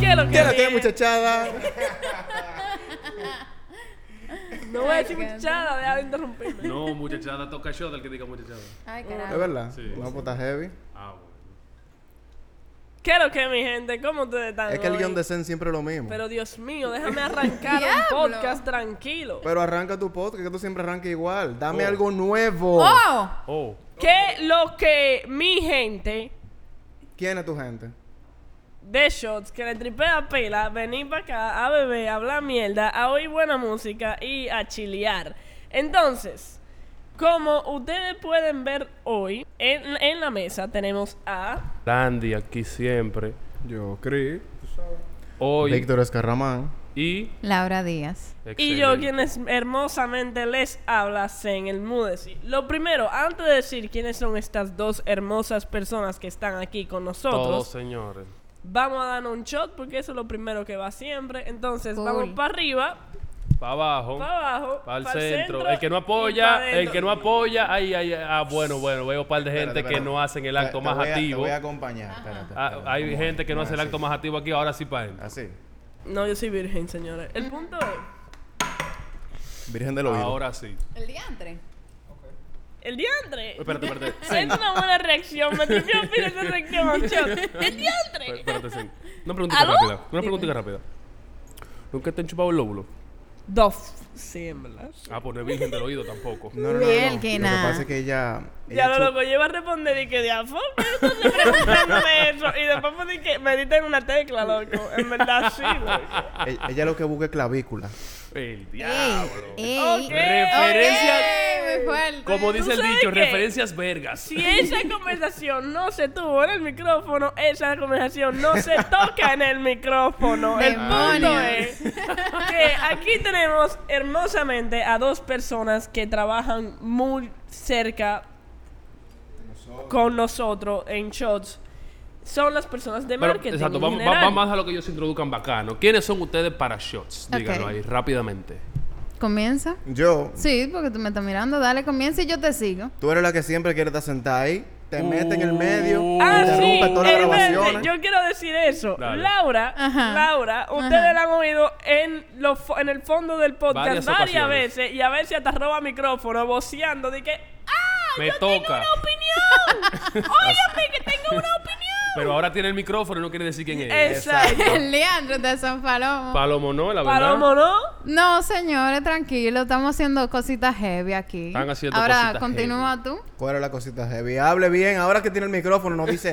Ya la tiene Bien. muchachada. No voy a Ay, decir qué muchachada, deja de interrumpirme. No, muchachada, toca yo del que diga muchachada. Ay, Es carajo. verdad. Sí. No, pues está heavy. Ah, bueno. ¿Qué es lo que, mi gente? ¿Cómo ustedes están? Es que el hoy? guión de Zen siempre es lo mismo. Pero Dios mío, déjame arrancar un Diablo. podcast tranquilo. Pero arranca tu podcast, que tú siempre arrancas igual. Dame Oh. algo nuevo. ¡Oh! Oh. ¿Qué es lo que mi gente ¿Quién es tu gente? de shots que le tripea pela, venir para acá a beber, a hablar mierda, a oír buena música y a chilear? Entonces, como ustedes pueden ver hoy, en, en la mesa tenemos a. Randy, aquí siempre. Yo, Chris. Hoy. Víctor Escarramán. Y. Laura Díaz. Y yo, Excelente. quienes hermosamente les habla, en el Mudeci. Lo primero, antes de decir quiénes son estas dos hermosas personas que están aquí con Todos, nosotros, señores. vamos a dar un shot porque eso es lo primero que va siempre. Entonces, Cool. vamos para arriba, Para abajo. para abajo, Para el pa'l centro. El que no y pa' apoya, el dentro. que no apoya. Ay, ay, ay. Ah, bueno, bueno. Veo un par de gente Espérate, que espérate. no hacen el Te- acto te más voy a- Te activo. voy a acompañar. Espérate, Ah, espérate. hay gente que no hace el así. acto más activo aquí. Ahora sí para él. Así. No, yo soy virgen, señores. El punto es. Virgen del oído. Ahora sí. El diantre. El diantre. Espérate, espérate. Es una buena reacción. Me tripió pila esa reacción al shot. El diantre. Espérate, espérate, sí. Una preguntita ¿Aló? rápida. Una preguntita rápida. ¿Nunca te han chupado el lóbulo? Dos. Sí, en verdad. Ah, pues no es virgen del oído tampoco. No, no, no, no. Bien, Lo que que nada. pasa es que ella. Ya ella lo chu- loco, yo iba a responder y que diablo, me preguntándome eso. Y después me di que me diste en una tecla, loco. En verdad sí, loco. ella, e- ella lo que busca es clavícula. El ¡Ey! diablo. ¡Ey! Ok. Referencias. ¡Ey! Muy fuerte. Como dice el sabes dicho, qué? referencias vergas. Si esa conversación no se tuvo en el micrófono, esa conversación no se toca en el micrófono. El punto Demonios. es que aquí tenemos hermosamente a dos personas que trabajan muy cerca con nosotros en shots. Son las personas de Pero, marketing. exacto, en vamos, va- general. vamos a lo que ellos se introduzcan bacano. ¿Quiénes son ustedes para shots? Ok. Díganlo ahí, rápidamente. ¿Comienza? Yo, Sí, porque tú me estás mirando. Dale, comienza y yo te sigo. tú eres la que siempre quiere estar sentada ahí. Te mete en el medio. Uh. Ah, te sí, rompe todas las espérense, grabaciones. yo quiero decir eso. Dale. Laura, Ajá. Laura, ustedes la han oído en, los fo- en el fondo del podcast Varias varias, ocasiones. veces y a veces hasta roba micrófono voceando de que ¡Ah! Me yo tengo toca. una opinión. Óyeme que tengo una opinión. Pero ahora tiene el micrófono y no quiere decir quién es. Exacto. El Leandro de San Palomo. Palomo no, la verdad. Palomo, ¿no? no, señores, tranquilo. Estamos haciendo cositas heavy aquí. Están haciendo Ahora, cositas continúa tú. ¿Cuál es la cosita heavy? Hable bien. Ahora que tiene el micrófono, no dice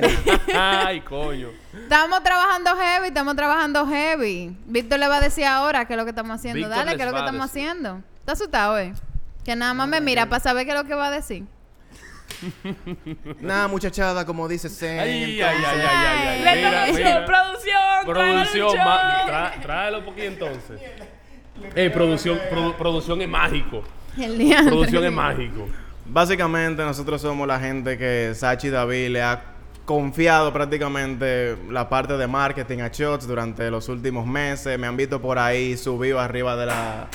nada. Ay, coño. Estamos trabajando heavy, estamos trabajando heavy. Víctor le va a decir ahora qué es lo que estamos haciendo. Víctor Dale, les qué es lo va que a estamos decir. haciendo. Está asustado, eh. Que nada más me mira para saber qué es lo que va a decir. nada, muchachada, como dice Zen. Ay, ay, entonces- ay, ay, ay, ay. Mira, Le mira. producción, producción, Producción, producción. ma- tra- tráelo por aquí entonces. Eh, producción, produ- producción es mágico. El día Producción es mágico. Básicamente, nosotros somos la gente que Sachi David le ha confiado prácticamente la parte de marketing a Shots durante los últimos meses. Me han visto por ahí subido arriba de la.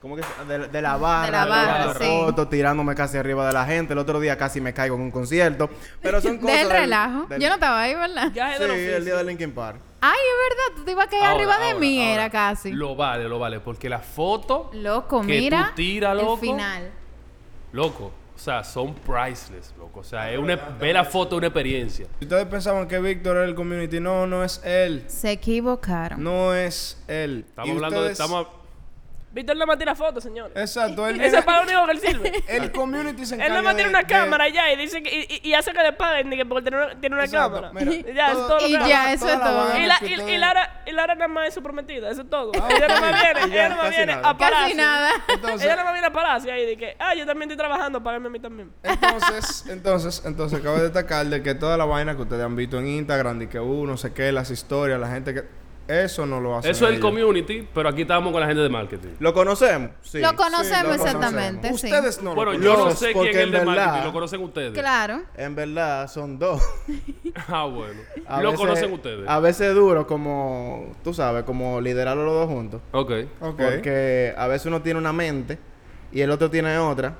¿Cómo que se- de, de la barra, De la barra, los sí. rotos, tirándome casi arriba de la gente. El otro día casi me caigo en un concierto. Pero son cosas. Del relajo. del- Yo no estaba ahí, ¿verdad? Ya es Sí, del el oficio. día de Linkin Park. Ay, es verdad, tú te ibas a caer Ahora, arriba de ahora, mí, ahora. era casi. Lo vale, lo vale. Porque la foto, Loco, Que tú mira. tira, loco. El final. loco, o sea, son priceless, loco. O sea, es una, ve la foto, es una experiencia. Si ustedes pensaban que Víctor era el community, no, no es él. Se equivocaron. No es él. Estamos Y hablando de. ustedes- Estamos, Víctor no me tira fotos, señores. Exacto, él Eso viene- es para lo único que él sirve. El community se Él encarga no más tiene de- una de- cámara ya y dice que, y- y, y hace que le paguen de que porque tiene una, tiene una Exacto, cámara. mira, ya, todo- es todo y lo que ya, hace. eso es Toda la todo. vaina. Y, la, que y, todo- y Lara, y Lara nada más es su prometida, eso es todo. Ah, ella nada ok. más viene, Y ya, ella nada más casi viene nada. a pararse. Casi nada. Ella Entonces, nada más viene a pararse ahí de que, ah, yo también estoy trabajando, págame a mí también. entonces, entonces, entonces, acabo de destacar de que toda la vaina que ustedes han visto en Instagram, de que uno, no sé qué, las historias, la gente que... Eso no lo hace. eso es el community, pero aquí estamos con la gente de marketing. ¿Lo conocemos? Sí. lo conocemos lo exactamente, sí. Ustedes no Bueno, lo yo no Dios, sé quién porque es el de en verdad- marketing, lo conocen ustedes. Claro. En verdad, son dos. Ah, bueno. A lo veces- conocen ustedes. A veces es duro como, tú sabes, como liderarlo los dos juntos. Ok. Ok. Porque a veces uno tiene una mente y el otro tiene otra.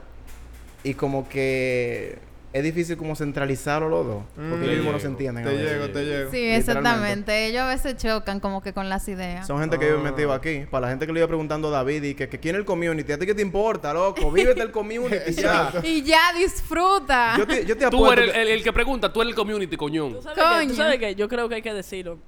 Y como que es difícil como centralizarlo los dos. Porque Mm. ellos mismos no Te se entienden. a Te veces. llego, te llego. Sí, exactamente. Ellos a veces chocan como que con las ideas. Son gente que yo he Ah. metido aquí. Para la gente que le iba preguntando a David y que, que quién es el community. ¿A ti qué te importa, loco? Vívete el community ya. Exacto. Y ya disfruta. Yo te, yo te Tú apuesto eres el, que- el- el que pregunta, tú eres el community, coñón. ¿Tú sabes, qué? Coño. ¿Tú sabes qué? Yo creo que hay que decirlo.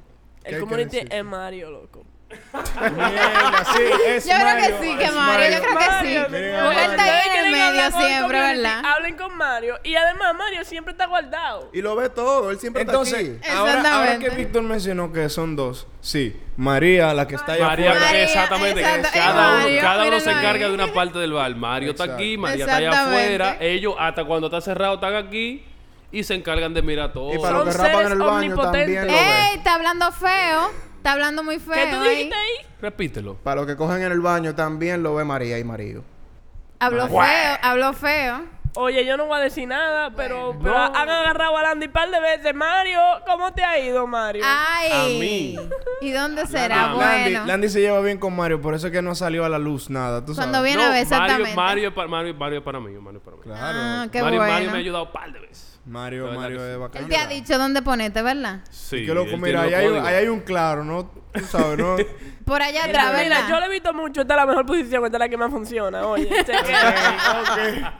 hay El que community decirlo? es Mario, loco. Mierda, sí, es Yo creo que Mario, sí, es que Mario, yo creo que Mario, sí. Miren a Porque él Mario. está Ustedes ahí en el quieren hablar medio con el siempre, community, ¿verdad? Hablen con Mario. Y además, Mario siempre está guardado. Y lo ve todo. Él siempre Entonces, está aquí. ahora, ahora que Exactamente. Víctor mencionó que son dos, sí, María, la que está allá María, afuera, María, eh, exactamente. exacto, que cada Mario, uno, cada uno míralo se encarga ahí. de una parte del bar. Mario está Exacto. aquí, María está allá Exactamente. afuera. Ellos, hasta cuando está cerrado, están aquí y se encargan de mirar todo. Y para los Son que rapan en seres el baño también lo omnipotentes. Ey, ve. está hablando feo. Está hablando muy feo. ¿eh? ¿Qué tú ahí. dijiste ahí? Repítelo. Para los que cogen en el baño también lo ve María y Mario. Habló feo, habló feo. Oye, yo no voy a decir nada, pero, pero No. han agarrado a Landy un par de veces. Mario, ¿cómo te ha ido, Mario? Ay. A mí. ¿Y dónde será? Landy, bueno. Landy se lleva bien con Mario, por eso es que no salió a la luz nada, tú Cuando sabes. viene a ver, exactamente. Mario, Mario, es pa- Mario, Mario es para mí. Mario es para mí. Claro. Ah, qué Mario, bueno. Mario me ha ayudado un par de veces. Mario, La verdad Mario que sí. es bacán. Él te ha dicho dónde ponerte, ¿verdad? Sí. Que él loco, mira, ahí tiene hay, los un- ahí códigos. hay un claro, ¿no? Tú sabes, ¿no? Por allá atrás, Mira, ¿verdad? yo le he visto mucho, esta es la mejor posición, esta es la que más funciona, oye. este chequea.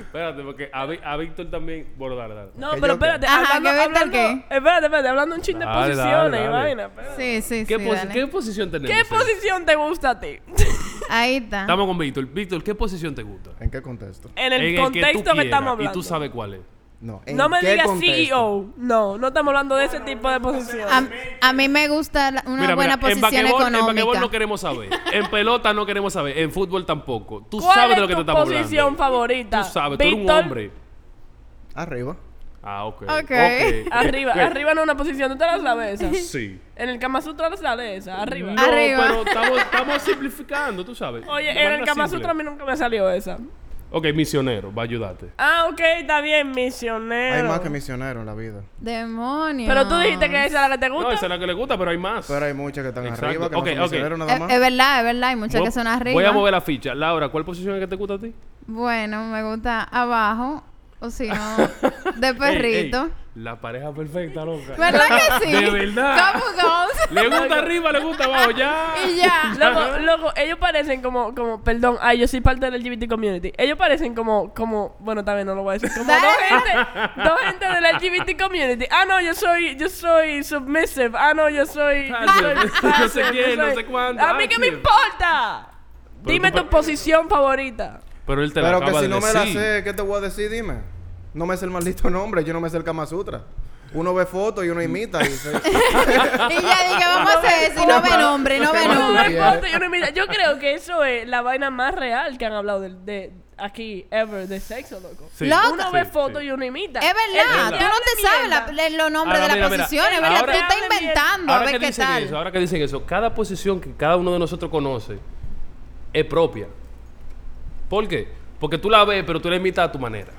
Espérate, porque a, Vi- a Víctor también. Bueno, dale, dale. no, Que pero yo que- espérate, Ajá, hablando, que vete al hablando- qué. espérate, espérate, hablando un chin de Dale, dale, posiciones y dale. vaina. espérate. Sí, sí, ¿Qué, sí. posi- dale. ¿Qué posición tenemos? ¿Qué ahí? posición te gusta a ti? Ahí está. Estamos con Víctor. Víctor, ¿qué posición te gusta? ¿En qué contexto? En el En tú contexto que, quieras, estamos hablando. Y tú sabes cuál es. No, ¿en No me qué digas E contexto? CEO. No, no estamos hablando de ese tipo de posición. A, a mí me gusta la- una buena en posición basquetbol- en basquetbol económica. no queremos saber. En pelota no queremos saber. En fútbol tampoco. Tú ¿Cuál sabes es de lo que te tu estamos hablando. posición favorita? Tú sabes, tú eres un Víctor, hombre. Arriba. Ah, ok. Ok. Arriba, Ok. arriba no es una posición, ¿tú te la sabes esa? Sí. En el Kama Sutra la sale esa, arriba. No, Arriba. pero estamos, estamos simplificando, tú sabes. Oye, De en el manera Kama simple. Sutra a mí nunca me salió esa. Ok, misionero, va a ayudarte. Ah, ok, está bien, misionero. Hay más que misioneros en la vida. Demonios. Pero tú dijiste que esa es la que te No, gusta. esa es la que le gusta, pero hay más. Pero hay muchas que están Exacto. arriba, que no Ok, son ok. misioneros nada Es, más. es verdad, es verdad. Hay muchas Voy- que son arriba. Voy a mover la ficha. Laura, ¿cuál posición es que te gusta a ti? Bueno, me gusta abajo. O si no, de Ey, ey, perrito. la pareja perfecta, loca. ¿Verdad que sí? De verdad. Como Ghost. Le gusta arriba, le gusta abajo, ya. y ya. Ah, Loco, loco, ellos parecen como, como, perdón, ay, yo soy parte del LGBT community. Ellos parecen como, como, bueno, también no lo voy a decir, como dos gente, dos gente del LGBT community. Ah, no, yo soy, yo soy submissive. Ah, no, yo soy, yo soy Passive. No sé quién, yo no soy- sé cuánto. Ah, A mí que me Active. importa. Pero Dime tú tu pa- posición favorita. Pero él te la Pero que acaba si de no me decir. la sé, ¿qué te voy a decir? Dime. No me sé el maldito nombre, yo no me sé el Kama Sutra. Uno ve fotos y uno imita. Y se- Y ya dije, vamos a hacer eso. Y no ve nombre, no ve No, no, nombre. me importa, yo no mira. Yo creo que eso es la vaina más real que han hablado de, de aquí ever de sexo, loco. Sí. Loco. Uno Sí, ve sí. fotos y uno imita. Es verdad, tú no te sabes la- plena. le- los nombres Ahora, de las mira, mira. posiciones, ¿verdad? Ahora- tú estás Ahora inventando, a Ahora ver que qué dicen tal. eso, ahora que dicen eso, cada posición que cada uno de nosotros conoce es propia. ¿Por qué? Porque tú la ves, pero tú la imitas a tu manera.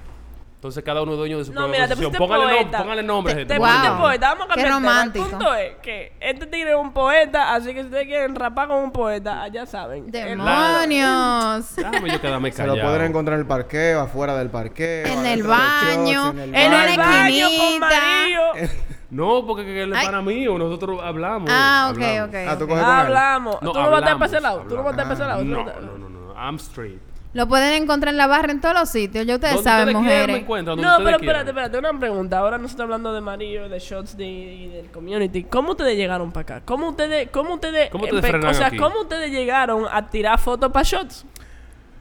Entonces cada uno es dueño de su No, propia mira, te posición. pusiste Póngale, nom- poeta. póngale nombre, Te- gente. Te Wow. póngale pusiste nombre. poeta, vamos a Qué cambiar el tema. romántico. El punto es que este tigre es un poeta, así que si ustedes quieren rapar con un poeta, ya saben. ¡Demonios! Déjame yo quedarme se lo callado. pueden encontrar en el parqueo, afuera del parqueo. En el adentro de los baño, shots, en baño. una el baño con esquinita. Mario. No, porque que él es Ay. para mí o nosotros hablamos. Ah, ok, hablamos. ok. Ah, tú ok. coges con él. Hablamos. No, tú no vas a estar para ese hablamos, lado. Tú no vas a estar para ese lado. tú No, vas a- no, no, no. I'm straight. Lo pueden encontrar en la barra en todos los sitios, ya ustedes ¿Dónde saben, ustedes quieran me mujeres. encuentran? donde No, ustedes pero quieran. espérate, espérate, una pregunta. Ahora no está hablando de Mario, de shots de, y del community. ¿Cómo ustedes llegaron para acá? ¿Cómo ustedes, cómo ustedes, ¿Cómo ustedes empe- o frenaron sea, aquí? cómo ustedes llegaron a tirar fotos para shots?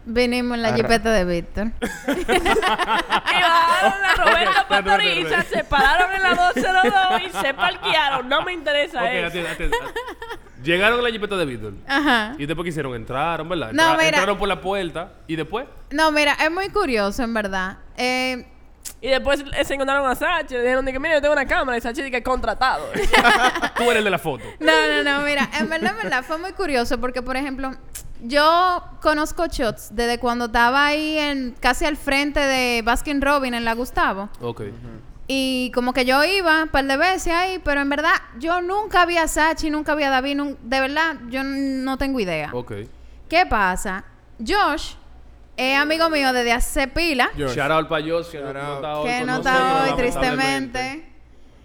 Vinimos en la Ah, Arra- jipeta de Víctor. Y bajaron la Roberta espérate, Pastoriza, espérate. se pararon en la 202 y se parquearon. No me interesa Ok, eso. atiende, atiende. Llegaron a la jipeta de Víctor. Ajá. Y después que hicieron, entraron, ¿verdad? No, Entra- mira. Entraron por la puerta y después. No, mira, es muy curioso, en verdad. Eh, Y después eh, se encontraron a Sachi, le dijeron de que mira, yo tengo una cámara y Sachi dice que contratado. Tú eres el de la foto. No, no, no, mira, en verdad, en verdad, fue muy curioso porque, por ejemplo, yo conozco Shots desde cuando estaba ahí en, casi al frente de Baskin Robin en la Gustavo. Ok. Y como que yo iba un par de veces ahí, pero en verdad yo nunca vi a Sachi, nunca vi a David, nun- de verdad yo n- no tengo idea. Ok. ¿Qué pasa? Josh es amigo mío desde hace pila, George. Shout out para Josh, que no Shout out. está hoy que con no nosotros, está hoy, lamentablemente. tristemente.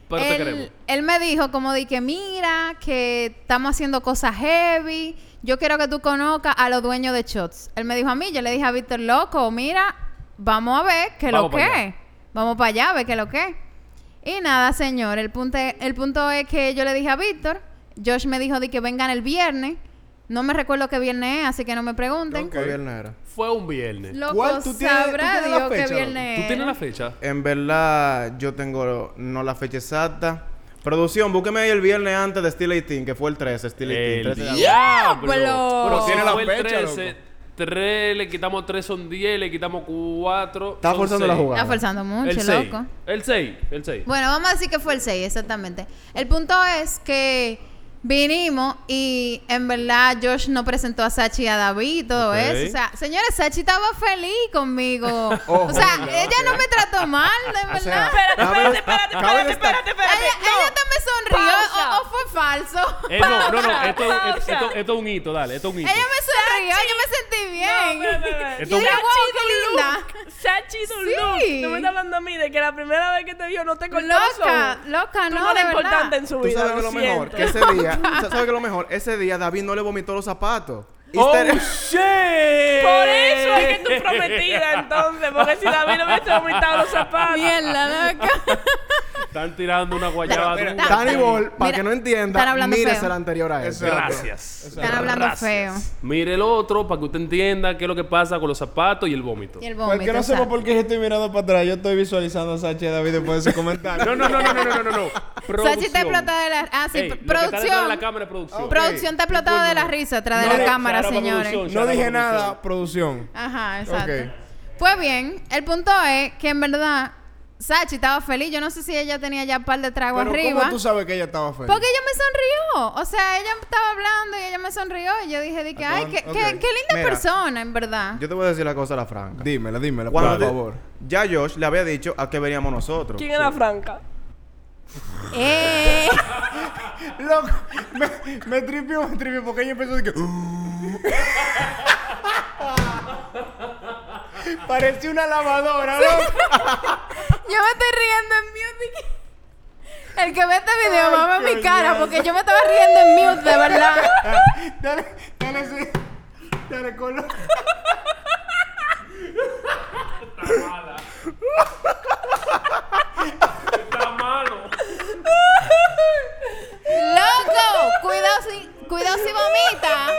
Pero te queremos. él, él me dijo como de que mira, que estamos haciendo cosas heavy, yo quiero que tú conozcas a los dueños de shots. Él me dijo a mí, yo le dije a Víctor, loco, mira, vamos a ver qué lo Vamos pa' que. es. Vamos para allá a ver qué lo que. es". Y nada, señor, el punto, es- el punto es que yo le dije a Víctor, Josh me dijo de que vengan el viernes, no me recuerdo qué viernes es, así que no me pregunten. ¿Cuál viernes era? Fue un viernes. Loco, ¿Cuál? ¿Tú tienes- tú sabrá tienes la Dios qué fecha, loco? viernes ¿Tú tienes era. la fecha? En verdad, yo tengo no la fecha exacta. Producción, búsqueme ahí el viernes antes de Steel 18, que fue el 13, Steel 18. 13 de abril. diablo. ¡Diablo! Pero tiene la Fue el fecha, 13, loco. Tres, le quitamos tres son 10, le quitamos cuatro. Está son forzando la seis. jugada. Está forzando mucho, El 6. loco. El 6. El 6. Bueno, vamos a decir que fue el 6, exactamente. El punto es que vinimos y en verdad Josh no presentó a Sachi y a David y todo Ok. eso. O sea, señores, Sachi estaba feliz conmigo. o sea, ella no me trató mal, de O verdad. sea, Espérate, cabe- espérate, espérate, cabe espérate, destacar- espérate, ella, espérate. No. ella hasta me sonrió Pausa. o, o fue falso. Eh, no, no, no. Pausa, Esto, es- pausa. esto- esto es un hito, dale. Esto es un hito. ella me sonrió, yo me sentí bien. No, espera, espera, espera. Esto- yo dije, Sachi wow, qué linda. Sachi es un Sí. look. Tú me estás hablando a mí de que la primera vez que te vio no te cortó los Loca, ojos. loca, Tú no, eres de importante verdad. en su Tú vida. sabes que lo mejor, que ese día, ¿sabes que lo mejor? Ese día David no le vomitó los zapatos. ¡Oh, Easter- shit! Por eso es que tú prometida entonces, porque si David no hubiese vomitado los zapatos. Mierda, loca. Están tirando una guayaba. Pero, dura. Ta- Danny Ball, para mira, que no están entienda, hablando mírese feo. la anterior a eso. Exacto. Gracias. Están hablando feo. Mire el otro para que usted entienda qué es lo que pasa con los zapatos y el vómito. Y el Para el que vómito, no sepa exacto. por qué yo estoy mirando para atrás, yo estoy visualizando a Sachi y a David después de ese comentario. No, no, no, no, no, no, no, no. Sachi Producción. está explotada de la... Ah, sí, pr- Ey, lo que está detrás de producción. la cámara es producción. Producción está explotado de la risa atrás de No, la eh, cámara, Sara, pa' señores. producción. No dije nada, producción. Ajá, exacto. Ok. Pues bien, el punto es que en verdad Sachi estaba feliz. Yo no sé si ella tenía ya un par de tragos Pero arriba. ¿cómo tú sabes que ella estaba feliz? Porque ella me sonrió. O sea, ella estaba hablando y ella me sonrió. Y yo dije, dije ay, qué, Ok. qué- qué linda Mira, persona, en verdad. Yo te voy a decir la cosa a la franca. Dímela, dímela, por Cuando te- favor. Ya Josh le había dicho a qué veníamos nosotros. ¿Quién era Franca? ¡Eh! Loco, me, me tripió, me tripió, porque ella empezó de que... "Uh". Parecía una lavadora, loco. Yo me estoy riendo en mute. y- El que ve este video Ay, va a ver mi cara coñazo. porque yo me estaba riendo en mute, de verdad. Dale, dale ese... Dale color. Está malo. ¡Loco! Cuidado si, cuidado si vomita.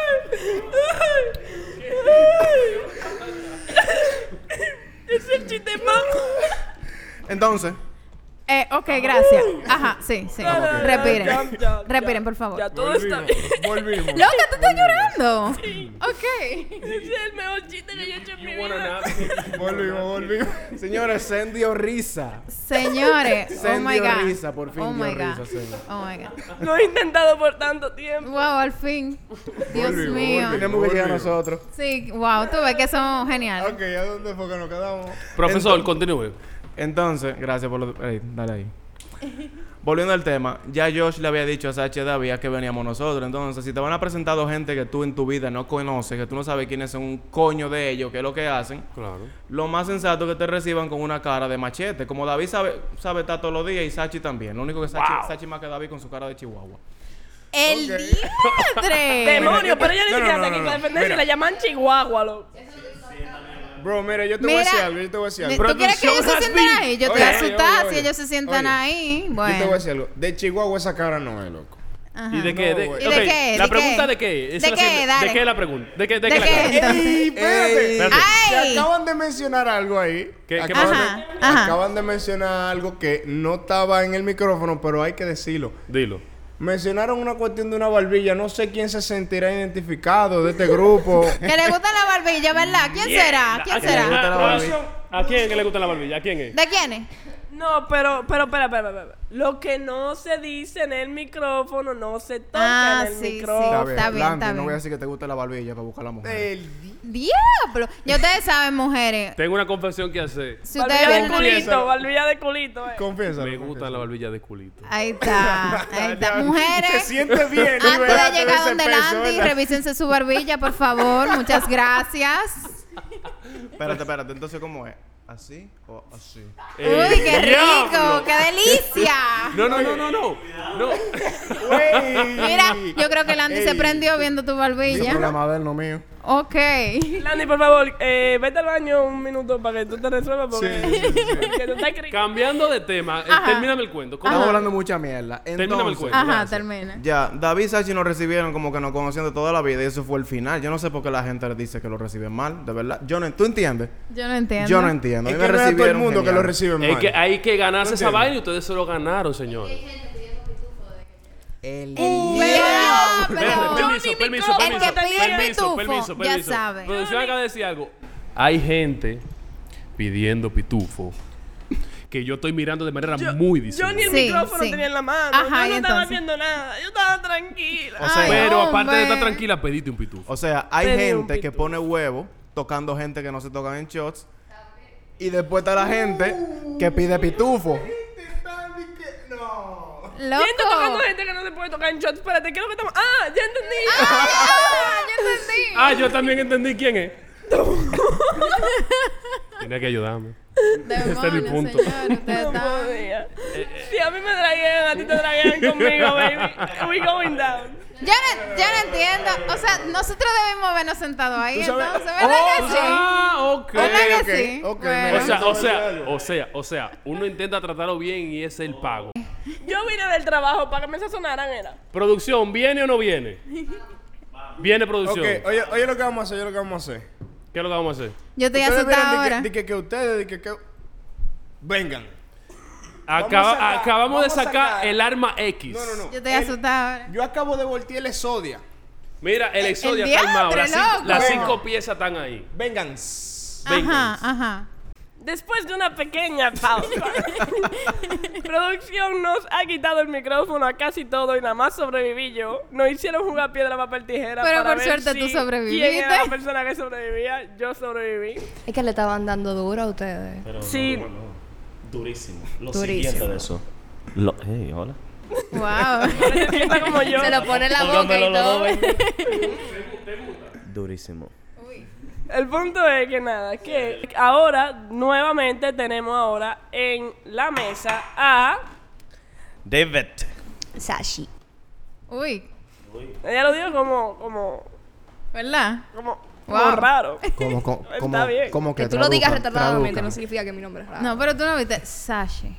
Es el chiste más. Entonces, Eh, ok, gracias. Ajá, sí, sí. No, no, no, Ah, ya, Respiren. ya, Respiren, ya. por favor. Ya Loca, todo está bien. Volvimos. ¿tú estás llorando? Ok. Ese es el mejor chiste que yo he hecho en mi You wanna vida. nap? Volvimos, volvimos. señores, Sandy dio risa. Señores, oh Sandy my dio god. risa, por fin oh dio my god. risa, sí. Oh my god. Lo he intentado por tanto tiempo. Wow, al fin. Dios Volvimos, mío. volvimos. Tenemos que llegar nosotros. Sí, wow, tú ves que son geniales. Ok, ¿a dónde fue que nos quedamos? Profesor, continúe. ah, Entonces, gracias por lo. ey, dale ahí. Volviendo al tema, ya Josh le había dicho a Sachi y a David a que veníamos nosotros. Entonces, si te van a presentar dos gente que tú en tu vida no conoces, que tú no sabes quiénes son un coño de ellos, qué es lo que hacen, Claro. lo más sensato es que te reciban con una cara de machete. Como David sabe, sabe estar todos los días y Sachi también. Lo único que Sachi, Sachi más que David con su cara de chihuahua. El Ok. diantre. Demonio, pero ella ni No, siquiera no, está no, aquí no, para no. defenderse. Mira. La llaman Chihuahua, loco. Bro, mira, yo te voy a decir algo, yo te voy a decir algo. ¿Tú quieres que ellos se Producción sientan ahí? Yo estoy Oye, oye, asustada oye, si ellos se sientan oye. ahí. Yo te voy a Bueno. decir algo. De Chihuahua esa cara no es, loco. Ajá. ¿Y de qué? De, No, güey. ¿Y de ok, qué? La ¿De pregunta qué? de qué. Esa ¿De la qué? siguiente. Dale. ¿De qué es la pregunta? ¿De qué? ¿De, ¿De qué? la qué? cara? Entonces- ¡Ey, espérate! Ey. Espérate. Se ¡Ay! acaban de mencionar algo ahí. ¿Qué- qué acaban, pasó? de, Ajá, ajá. acaban de mencionar algo que no estaba en el micrófono, pero hay que decirlo. Dilo. Mencionaron una cuestión de una barbilla. No sé quién se sentirá identificado de este grupo. Que le gusta la barbilla, ¿verdad? ¿Quién será? ¿A ¿Quién quién le será? gusta la barbilla? barbilla? Ah, ¿A quién que le gusta la barbilla? ¿A quién es? ¿De quién es? No, pero, pero, espera, espera, espera. espera. Lo que no se dice en el micrófono no se toca Ah, en el sí, sí. micrófono. Está bien, Landy, está No bien. voy a decir que te gusta la barbilla para buscar a la mujer. El- ¡Diablo! Ya ustedes saben, mujeres. Tengo una confesión que hacer. Si ustedes Barbilla de ven el... Confiesa. culito, barbilla de culito. eh. Confiesa. Me gusta la barbilla de culito. Ahí está, ahí está. Se Mujeres, siente bien. antes liberarte de de llegar ese donde peso, Landy, ¿verdad? revísense su barbilla, por favor. Muchas gracias. Espérate, espérate. Entonces, ¿cómo es? ¿Así o así? Eh, ¡Uy, qué rico! diablo. ¡Qué delicia! No, no, no, no, no. No. pues, Mira, yo creo que Landy se prendió viendo tu Es barbilla. problema de él, no mío. Ok. Landy, por favor, eh, vete al baño un minuto para que tú te resuelvas porque Sí, sí, que tú estás cri- Cambiando de tema, eh, Ajá. termíname el cuento. ¿Cómo? Estamos hablando mucha mierda. Termíname el Entonces, cuento. Ajá, gracias. termina. Ya, David y Sachi nos recibieron como que nos conocían de toda la vida y eso fue el final. Yo no sé por qué la gente dice que lo reciben mal, de verdad. Yo no, ¿Tú entiendes? Yo no entiendo. Yo no entiendo. A Es mí que me no es a todo el recibieron mundo que lo genial. recibe Es mal. que hay que ganarse No esa entiendo. vaina y ustedes se lo ganaron, señor. Eh, Pero- Espérate, pero- permiso, permiso, el permiso, que pide permiso, pitufo, permiso, ya permiso. sabe. Producción acaba de decir algo. Hay gente pidiendo pitufo que yo estoy mirando de manera Yo ni muy distinta. el Sí, micrófono sí. tenía en la mano. Ajá, yo no y estaba entonces. Ah, haciendo nada. Yo estaba tranquila. O sea, Ay, Pero aparte de estar hombre. tranquila, pedite un pitufo. O sea, hay Pedí un gente que pitufo. pone huevo tocando gente que no se tocan en shots. Y después está la gente que pide pitufo. Loco. ¿Quién está tocando gente que no se puede tocar en shots? Espérate, ¿qué es lo que estamos? ¡Ah! ¡Ya entendí! Ah, yo entendí. Ah, yo también entendí quién es. Tiene que ayudarme. es el Demonios, punto. señor, ustedes No están- Eh, podía. Si a mí me traían, a ti te traían conmigo, baby. We going down. Yo no, yo no entiendo. O sea, nosotros debemos vernos sentados ahí, sabes- entonces, ¿verdad que sí? Ah, Oh, ok. ¿Verdad ok, que sí? ok, Bueno. O sea, o Vamos a sea, ver algo. o sea, o sea, uno intenta tratarlo bien y es el pago. Yo vine del trabajo para que me sazonaran, era. Producción, ¿viene o no viene? Viene Ok, producción. oye, oye lo que vamos a hacer, oye lo que vamos a hacer. ¿Qué es lo que vamos a hacer? yo estoy asustada verán de que- ahora. de que, que ustedes, de que, que- Vengan. Acaba- a sacar- acabamos de vamos a sacar, sacar. el arma X. No, no, no. Yo estoy El- asustada ahora. Yo acabo de voltear el Exodia. Mira, el Exodia el está armado. diantre, Las cinco, Eh, loco. las Venga. cinco piezas están ahí. Vengan. Ajá, Vengan. ajá. Después de una pequeña pausa, producción nos ha quitado el micrófono a casi todo y nada más sobreviví yo. Nos hicieron jugar piedra, papel, tijera. Pero para por ver suerte tú si sobreviviste. ¿Quién era la persona que sobrevivía? Yo sobreviví. Es que le estaban dando duro a ustedes. Pero Sí. no, no, no. Durísimo. Lo Durísimo. siguiente de eso. Lo, hey, hola. Wow. Se sienta como yo. Se lo pone en la boca Póngamelo y los todo. dos, Durísimo. El punto es que nada, que ahora nuevamente tenemos ahora en la mesa a... David. Sashi. Uy, Ella lo dijo como, como, ¿verdad? como, como Wow. raro. Como, como, Está como- bien. como que Que tú lo digas traduzcan, retardadamente traduzcan. no significa que mi nombre es raro. No, pero tú no viste. Sashi.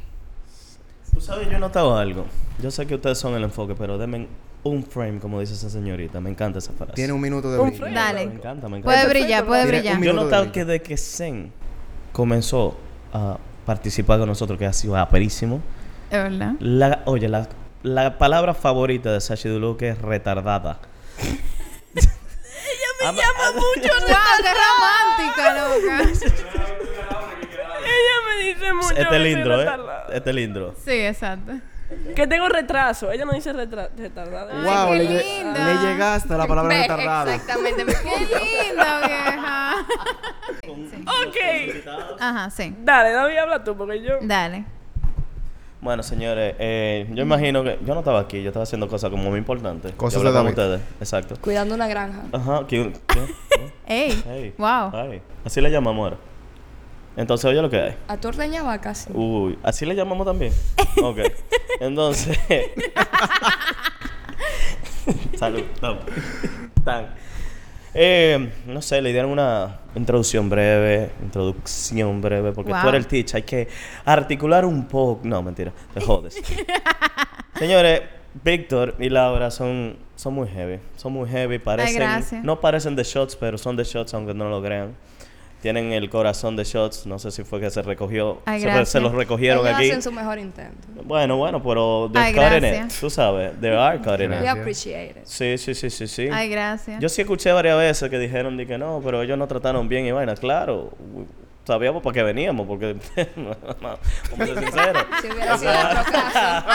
Tú sabes, yo he notado algo. Yo sé que ustedes son el enfoque, pero denme un frame, como dice esa señorita. Me encanta esa frase. Tiene un minuto de Un brillo. frame. Me Dale. encanta, me Puede encanta. brillar, puede Tiene brillar. un Yo he minuto de notado brillo. que desde que Zen comenzó a participar con nosotros, que ha sido aperísimo, Es verdad. La, oye, la, la palabra favorita de Sachi Duluque es retardada. Ah, Ella me llama mucho. ¡Wow, qué romántica, loca! Ella me dice mucho Este lindro, ¿eh? Este lindro. Sí, exacto. Que tengo retraso. Ella no dice retra- retardada. Wow, qué le, lle- linda. le llegaste a la palabra Ve, retardada. Exactamente. mi ¡Qué punto. linda, vieja! Ok. Ajá, sí. Dale, David, habla tú, porque yo... Dale. Bueno, señores, eh, yo imagino que yo no estaba aquí, yo estaba haciendo cosas como muy importantes. Cosas Yo hablaba de con ustedes, exacto. Cuidando una granja. Ajá, que- ¿qué? ¡Ey! Ey. ¡Wow! Ay, así le llamamos ahora. Entonces, oye lo que hay. A tu ordeñaba casi. Uy, así le llamamos también. Ok. Entonces. Salud. No. Tan. Eh, no sé, le dieron una introducción breve, introducción breve, porque Wow. tú eres el teacher, hay que articular un poco. No, mentira, te jodes. Señores, Víctor y Laura son, son muy heavy, son muy heavy, parecen, gracias. no parecen de shots, pero son de shots aunque no lo crean. Tienen el corazón de shots, no sé si fue que se recogió, Ay, se, re- gracias. se los recogieron Ellos aquí. hacen su mejor intento. Bueno, bueno, pero they're Ay, cutting it, gracias. tú sabes, they are cutting We it. Gracias. appreciate it. Sí, sí, sí, sí, sí. Ay, gracias. Yo sí escuché varias veces que dijeron de que no, pero ellos no trataron bien y vaina. Claro, u- sabíamos para qué veníamos, porque no, no, vamos a ser sinceros. Si hubiera sido otro caso.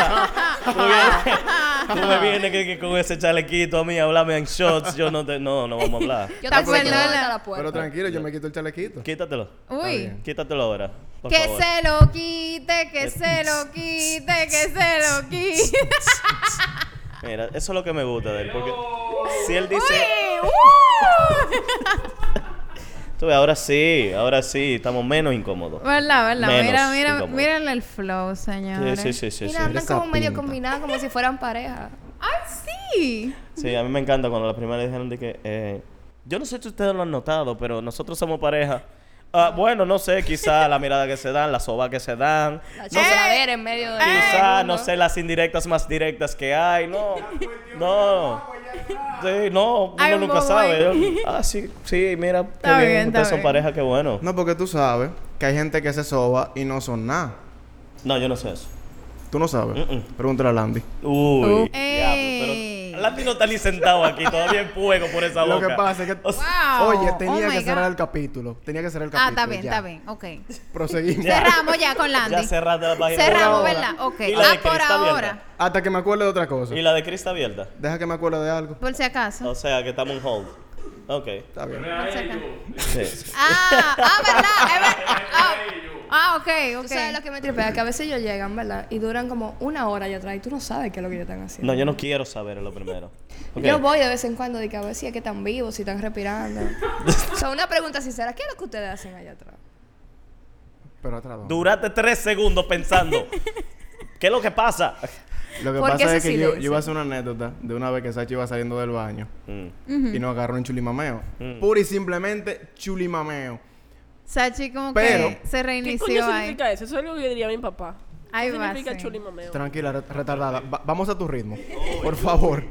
Tú Ah, vienes- Tú me vienes que, que con ese chalequito a mí, hablame en shots, yo no te, no, no vamos a hablar. Yo Está te voy bueno, a Lola. la puerta. Pero tranquilo, yo me quito el chalequito. Quítatelo, ¡Uy! quítatelo ahora. por Que favor. se lo quite, que se lo quite, que se lo quite. Mira, eso es lo que me uh. gusta de él, porque si él dice, ¡Uy! ¡Uh! tú Tú ves, ahora sí, ahora sí, estamos menos incómodos. ¿Verdad, verdad? Menos mira, mira, incómodo. mírenle el flow, señores. Sí, sí, sí, sí, sí. Mira, andan esa como medio pinta. combinados, como si fueran pareja. ¡Ay, sí! Sí, a mí me encanta cuando la primera dijeron de que... eh, yo no sé si ustedes lo han notado, pero nosotros somos pareja. Ah, bueno, no sé, quizá la mirada que se dan, la soba que se dan. Eh. La chocoladera en medio de... Quizá, no sé, las indirectas más directas que hay. No, no. Sí, no, uno Hay un nunca bobo sabe. ahí. Ah, sí, sí, mira, qué Está bien, bien, está ustedes son bien. pareja, qué bueno. No, porque tú sabes que hay gente que se soba y no son nada. No, yo no sé eso. Tú no sabes. Mm-mm. Pregúntale a Landy. Uy, Uh. diablo, Ey. pero Landy no está ni sentado aquí, todavía en fuego por esa Lo boca. que pasa es que. O sea, ¡Wow! Oye, Oh tenía my que cerrar God. el capítulo. Tenía que cerrar el capítulo. Ah, está bien, ya. está bien. Ok. Proseguimos. Ya. Cerramos ya con Landy. ya cerraste la página. Cerramos, ahora. ¿verdad? Ok. Y la Ah, de por Crista abierta. ahora. Hasta que me acuerde de otra cosa. ¿Y la de Crista abierta? Deja que me acuerde de algo. Por si acaso. O sea, que estamos en hold. Ok. Está bien. Por si acaso. Sí. Ah, ah, ¿verdad? Es verdad. Ah, ah, ok, Tú sabes lo ok. que me tripea, que a veces ellos llegan, ¿verdad? Y duran como una hora allá atrás y tú no sabes qué es lo que ellos están haciendo. No, yo no quiero saber lo primero. Ok. Yo voy de vez en cuando de que a ver si es que están vivos, si están respirando. o sea, una pregunta sincera, ¿qué es lo que ustedes hacen allá atrás? Pero otra vez. Duraste tres segundos pensando. ¿Qué es lo que pasa? Lo que ¿Por qué pasa ese es que yo, yo silencio? iba a hacer una anécdota de una vez que Sachi iba saliendo del baño Mm. y nos agarró un chulimameo. Mm. Puro y simplemente chulimameo. Sachi como Pero- que se ¿Qué reinició coño ahí. significa eso? Eso es lo que diría mi papá. Ahí ¿Qué va, significa sí. chulimameo? Tranquila, re- retardada. Va- vamos a tu ritmo. Por favor.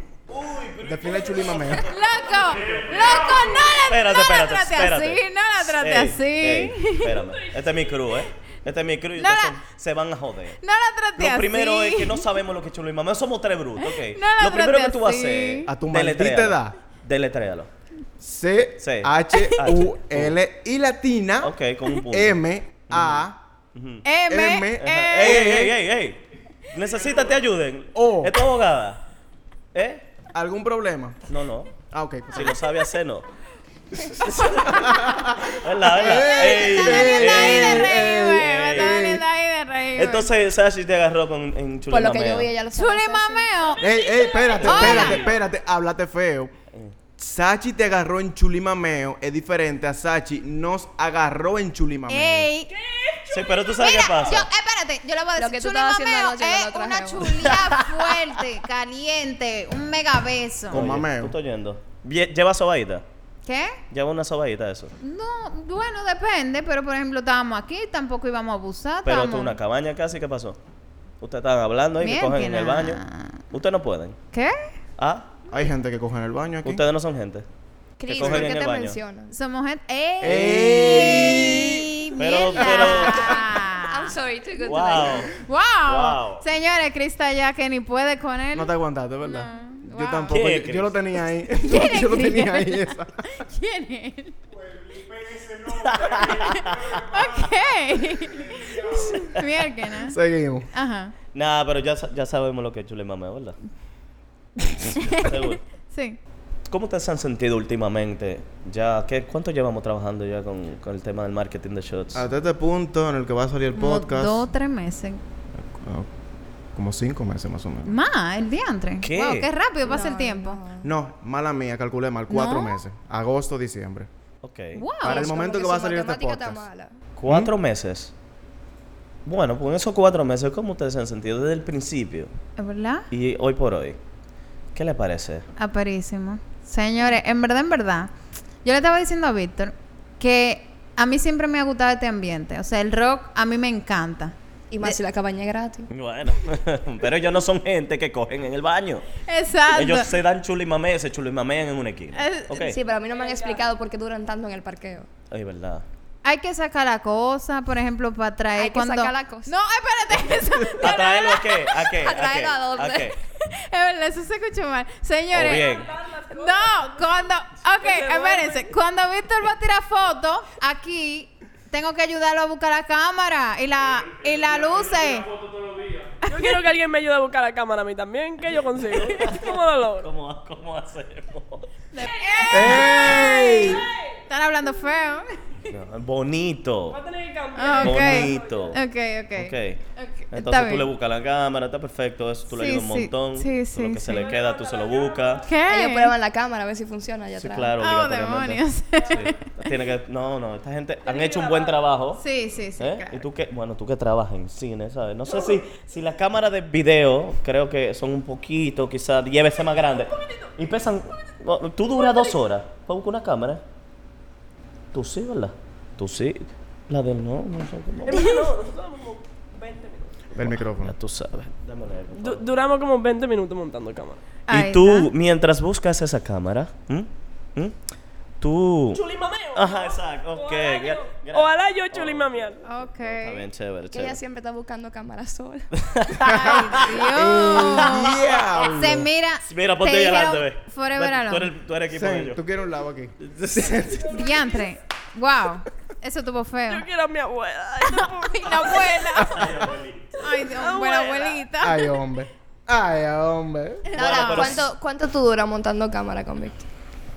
Define el chulimameo. ¡Loco! ¡Loco! ¡No la, no Espérate, la espérate, trate espérate. así! ¡No la trate Ey, así! ey, espérame. Este es mi crew, ¿eh? Este es mi crew y No, ustedes no. son- se van a joder. ¡No la trate así! Lo primero es que no sabemos lo que es chulo y mamá. Somos tres brutos, ¿ok? No la lo primero que trate tú vas a así. hacer... A tu deletréalo. maldita edad. Deletréalo. C, C, H, U, L y latina. Ok, con un punto. Ah. M, A, M, M, Ajá. E, ¡Ey, ey, ey, ey! Necesitas te ayuden. O. ¿Esto es abogada? ¿Eh? ¿algún problema? No, no. Ah, ok. Si lo sabe hacer, no. ¿Verdad, verdad? Ey, está ey, doliendo ahí de ey. reír, güey. Me está ey. doliendo ahí de reír. güey. Entonces, Sashi te agarró con, en Por lo que chulimameo. yo vi, ella lo sabe. Chuli mameo. Ey, ey, espérate, Hola. espérate, espérate. Háblate feo. Sachi te agarró en chulimameo. Es diferente a Sachi nos agarró en chulimameo. Ey. Sí, pero tú sabes qué pasa. Yo, espérate, yo le voy a Lo decir. que tú Chuli estabas haciendo mameo anoche es con la una otra jeva. chulía fuerte, caliente, un mega beso. Con Oye, mameo. ¿Tú estás oyendo? Vie- Lleva sobadita. ¿Qué? Lleva una sobadita de eso. No, bueno, depende, pero por ejemplo, estábamos aquí, tampoco íbamos a abusar. Pero tú, estábamos- una cabaña casi, ¿qué pasó? Ustedes están hablando ahí, que cogen en el baño. Miéntela. Ustedes no pueden. ¿Qué? Ah, Hay gente que coge en el baño aquí. ustedes no son gente. Cris, cogen ¿por en qué el te baño. mencionas? Somos gente. ¡Ey! Ey. Pero- ¡Mierda! Ah. I'm sorry, too good to Wow. like that. Wow. Wow. Señores, Crista ya que ni puede con él. No te aguantaste, ¿verdad? No. Yo Wow. tampoco. ¿Qué, Yo, yo lo Cris? tenía ahí. ¿Quién yo lo escribió? tenía ahí esa. ¿Quién es? ok. Mierda. Seguimos. Ajá. Nah, pero ya, sa- ya sabemos lo que es chulimamé, ¿verdad? Seguro. Sí. ¿Cómo ustedes se han sentido últimamente? Ya, ¿qué, ¿Cuánto llevamos trabajando ya con, con el tema del marketing de shots? Hasta este punto en el que va a salir el Como podcast. Dos o tres meses. Ah, como cinco meses más o menos. Más, el diantre. ¿Qué? Wow, qué rápido pasa el No, tiempo. no. No, mala mía, calculé mal. Cuatro No. meses. Agosto, diciembre. Ok. Wow. Para el Es como momento que va a su salir este matemática está podcast. mala. ¿Cuatro meses? Bueno, pues en esos cuatro meses, ¿cómo ustedes se han sentido desde el principio ¿Es verdad? y hoy por hoy? ¿Qué les parece? Aparísimo. Señores, en verdad, en verdad, yo le estaba diciendo a Víctor que a mí siempre me ha gustado este ambiente. O sea, el rock a mí me encanta. Y más si la cabaña es gratis. Bueno, pero ellos no son gente que cogen en el baño. Exacto. Ellos se dan chulimamé, se chulimamean en una esquina. Es- Ok. Sí, pero a mí no me han explicado por qué duran tanto en el parqueo. Eh. Ay, verdad. Hay que sacar la cosa, por ejemplo, para traer Hay que cuando... sacar la cosa. No, espérate. eso- ¿A traerlo a qué? ¿A qué? ¿A traerlo a dónde? ¿A qué? es verdad, eso se escuchó mal. O Señores... bien. No, cuando... Ok, espérense. Cuando Víctor va a tirar fotos, aquí tengo que ayudarlo a buscar la cámara y la, y la luces. Yo quiero que alguien me ayude a buscar la cámara a mí también, que yo consigo. ¿Cómo lo logro? ¿Cómo, cómo hacemos? Están hablando feo. No, bonito. Va a tener que cambiar. Ah, ok. Bonito. Ok, ok. Ok. Ok, está Entonces tú bien. le buscas la cámara, está perfecto, eso tú le Sí, ayudas un sí, montón. sí, sí, lo que se sí. le queda tú se lo buscas. ¿Qué? Ellos prueban la cámara a ver si funciona allá Sí, atrás. claro, Ah, obligatoriamente. demonios. Sí. Tiene que, no, no, esta gente han hecho un buen trabajo. Sí, sí, sí. ¿Eh? claro. Y tú que, bueno, tú que trabajas en cine, ¿sabes? No sé si, si las cámaras de video, creo que son un poquito, quizás 10 veces más grandes. Y pesan, no, tú duras dos horas para buscar una cámara. Tú sí, ¿verdad? Tú sí. La del no, no sé cómo. Del micrófono. Ya tú sabes. Dámosle algo. Du- duramos como 20 minutos montando cámara. Ahí Y tú, está. mientras buscas esa cámara, ¿m? ¿m? tú... Chulimameo. Ajá, exacto, ok. Ojalá yo- gra- gra- Ojalá yo chulimamear. Ok. Está bien, chévere, Que ella chévere. siempre está buscando cámaras sola. Ay, Dios. Se mira. Mira, ponte te ahí dijeron adelante, ve. Forever Ve, tú Alone. eres, tú eres equipo de Sen, ellos. tú quieres un lado aquí. Diantre. Wow. Eso estuvo feo. Yo quiero a mi abuela. Ay, la abuela. Ay, Dios, abuela, abuelita. Ay, hombre. Ay, hombre. Ahora, pero- ¿cuánto, ¿cuánto tú duras montando cámara con Víctor?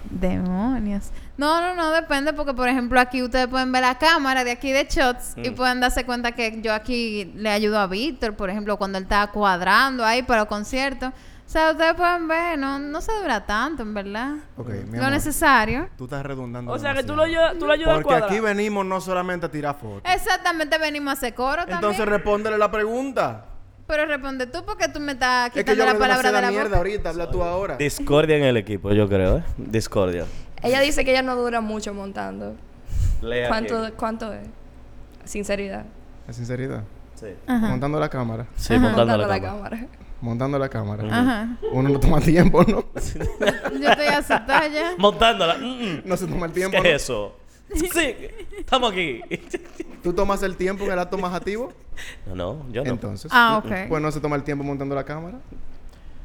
Demonios. No, no, no, depende porque, por ejemplo, aquí ustedes pueden ver la cámara de aquí de Shots Mm. y pueden darse cuenta que yo aquí le ayudo a Víctor, por ejemplo, cuando él está cuadrando ahí para los conciertos. O sea, ustedes pueden ver, no, no se dura tanto, en verdad. Ok, mi Lo amor. necesario. Tú estás redundando. O sea que tú lo demasiado. ayudas, tú lo ayudas a Porque cuadrar. aquí venimos no solamente a tirar fotos. Exactamente, venimos a hacer coro Entonces también. respóndele la pregunta. Pero Pero responde tú porque tú me estás es que quitando yo la palabra de la mierda boca. ahorita, habla tú ahora. Discordia en el equipo, yo creo, ¿eh? Discordia. Ella dice que ella no dura mucho montando. Lea ¿Cuánto, cuánto es? Sinceridad. En sinceridad. Sí, Montando la cámara. sí montando la, cámara. cámara. Montando la cámara. Ajá. Uno no toma tiempo, ¿no? Yo estoy asustada ya. Montándola. mm, No se toma el ¿Qué tiempo. es eso? Sí, estamos aquí. ¿no? Tú tomas el tiempo en el acto más activo. No, no, yo no. Entonces. Ah, ok. Pues no se toma el tiempo montando la cámara.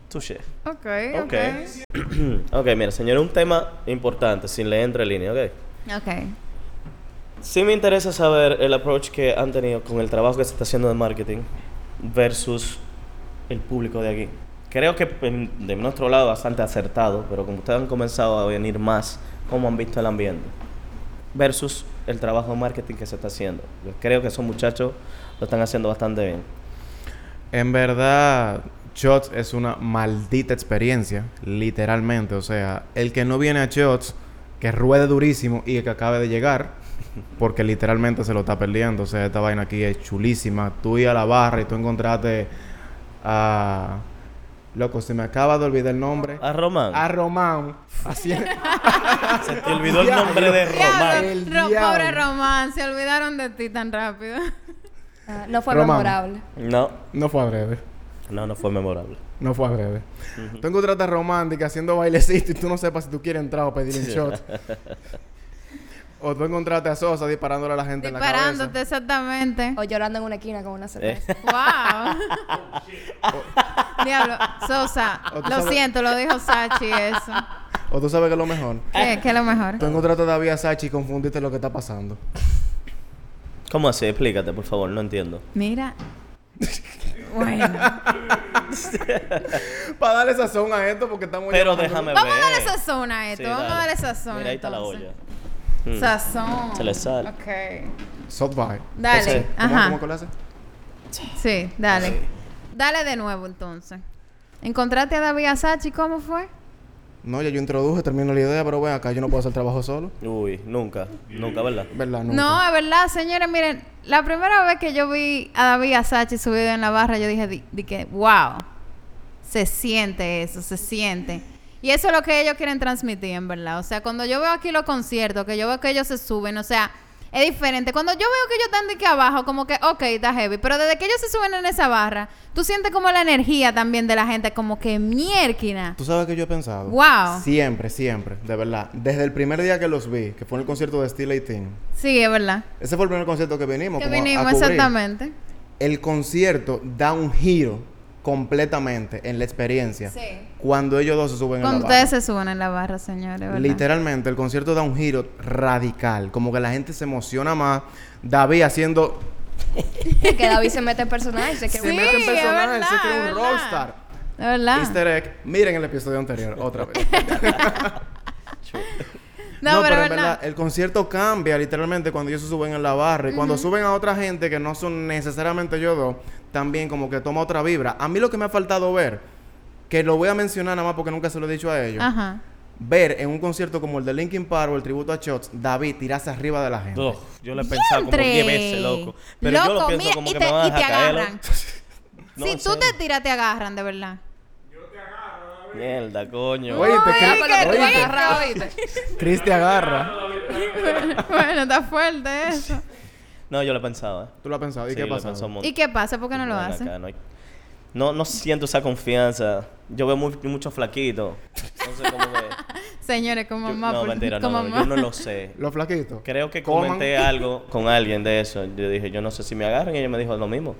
Touché. Ok, ok. Ok. ok, mira, señores, un tema importante, sin leer entre líneas, ok. Ok. Sí me interesa saber el approach que han tenido con el trabajo que se está haciendo de marketing versus el público de aquí. Creo que en- de nuestro lado bastante acertado, pero como ustedes han comenzado a venir más, cómo han visto el ambiente versus el trabajo de marketing que se está haciendo. Yo creo que esos muchachos lo están haciendo bastante bien. En verdad, Shots es una maldita experiencia, literalmente. O sea, el que no viene a Shots, que ruede durísimo y el que acabe de llegar, porque literalmente se lo está perdiendo. O sea, esta vaina aquí es chulísima. Tú ibas a la barra y tú encontraste a... Loco, se me acaba de olvidar el nombre. A Román. A Román. Haciendo. se te olvidó el nombre de Román. Diablo, El Ro- diablo. pobre Román, se olvidaron de ti tan rápido. Ah, no fue Román. memorable. No, No fue breve. no, no fue memorable. No fue breve. Tú encontraste a Romántica haciendo bailecito y tú no sepas si tú quieres entrar o pedir un shot. o tú encontraste a Sosa disparándole a la gente en Disparándote la cabeza. exactamente. O llorando en una esquina Eh. con una cerveza. wow. Diablo, Sosa, O tú lo sabes- siento, lo dijo Sachi eso. O tú sabes que es lo mejor. ¿Qué, Ah. qué es lo mejor? Tú encontraste a David a Sachi y confundiste lo que está pasando. ¿Cómo así? Explícate, por favor, no entiendo. Mira. Bueno, Para darle sazón a esto porque estamos Pero llevando- déjame ver. vamos a darle sazón a esto, Sí, vamos a dale. darle sazón. Mira, ahí está la entonces. olla. Mm. Sazón. Se le sale. Ok. Soft vibe. Dale, Entonces, ¿Cómo, ajá. ¿Cómo que lo hace? Sí, dale. Dale de nuevo entonces. ¿Encontraste a David Asachi? ¿Cómo fue? No, ya yo introduje, termino la idea, pero ven acá, yo no puedo hacer el trabajo solo. Hmm. Uy, nunca, nunca, ¿verdad? ¿Verdad? Nunca. No, es verdad, señores, miren, la primera vez que yo vi a David Asachi subido en la barra, yo dije, di, di que, wow, se siente eso, se siente. Y eso es lo que ellos quieren transmitir, en verdad. O sea, cuando yo veo aquí los conciertos, que yo veo que ellos se suben, o sea, es diferente. Cuando yo veo que ellos están de que abajo, como que, ok, está heavy. Pero desde que ellos se suben en esa barra, tú sientes como la energía también de la gente, como que mierquina. Tú sabes que yo he pensado. Wow. Siempre, siempre, de verdad. Desde el primer día que los vi, que fue en el concierto de Steel 18. Sí, es verdad. Ese fue el primer concierto que vinimos. Que como a- a vinimos, cubrir. exactamente. El concierto da un giro completamente en la experiencia. Sí. Cuando ellos dos se suben Cuando a la barra. ustedes se suben en la barra, señores, ¿verdad? Literalmente, el concierto da un giro radical. Como que la gente se emociona más. David haciendo. que David se mete en personaje. Se Sí, que mete en es personaje, verdad, se cree un es verdad. rockstar. De Este, verdad. Easter egg. Miren el episodio anterior, otra vez. No, pero en verdad. el concierto cambia literalmente cuando ellos se suben en la barra. Y cuando suben a otra gente que no son necesariamente yo dos, también como que toma otra vibra. A mí lo que me ha faltado ver, que lo voy a mencionar nada más porque nunca se lo he dicho a ellos, Ajá. ver en un concierto como el de Linkin Park o el tributo a Shots, David tirarse arriba de la gente. Ugh, yo lo he pensado como Diantre. 10 veces, loco. Pero yo lo Loco, pienso mira, como y que te- me van a y te dejar caer, agarran. loco. No si tú sé. te tiras, te agarran, de verdad. Mierda, coño. Oye, te- Mira, Cri- por lo que Ah, tú oye, te- agarrado, ¿viste? Chris te agarra. bueno, está fuerte eso. No, yo lo he pensado, eh. ¿Tú lo has pensado? ¿Y Sí, qué lo he pasa? pensado un ¿Y qué pasa? ¿Por qué no lo montón. hacen? Acá no hay- No, no siento esa confianza. Yo veo muy- mucho flaquito. Entonces, como que... Señores, como yo- mamá. no, por- mentira, no, como no, mamá. yo no lo sé. ¿Los flaquitos? Creo que Coman. comenté algo con alguien de eso. Yo dije, yo no sé si me agarran. Y ella me dijo lo mismo.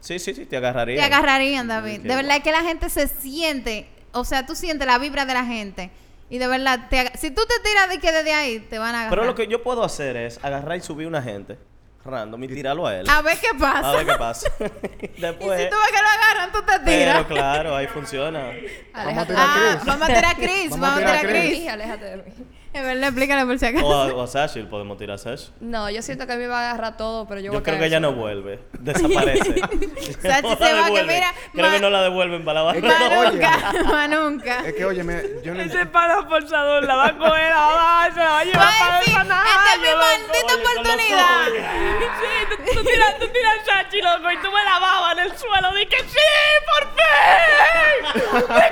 Sí, sí, sí, te agarraría. Te agarrarían, David. Ok, De verdad es que la gente se siente, o sea, tú sientes la vibra de la gente. Y de verdad, te aga- si tú te tiras de que desde ahí, te van a agarrar. Pero lo que yo puedo hacer es agarrar y subir una gente random y tirarlo a él. A ver qué Ah, pasa. A ver qué pasa. Y si Después. tú ves que lo agarran, tú te tiras. Pero claro, ahí funciona. Aléjate de Ah, mí. vamos a tirar a Chris, vamos a tirar a Chris. Sí, aléjate de mí. Es verdad, explícale por si acaso. Oh, O a, o a Sashi, podemos tirar a Sash. No, yo siento que a mí me va a agarrar todo, pero yo Yo, voy a creo caer que ella no sola. vuelve. Desaparece. Sachi se va, No la que devuelven. mira, Creo ma- que no la devuelven para la barra. Es que- Más Oye. nunca, más nunca. Es que, oye, me, yo no... Ese pana forzador la va a coger, la va a bajar, se la va a llevar Va a para el decir, esta Pues este es panayo, mi maldita oye, con los oportunidad. Sí, tú, tú tiras, tú tiras a Sachi, loco, y tú me la babas en el suelo. Dije, ¡sí, por fin!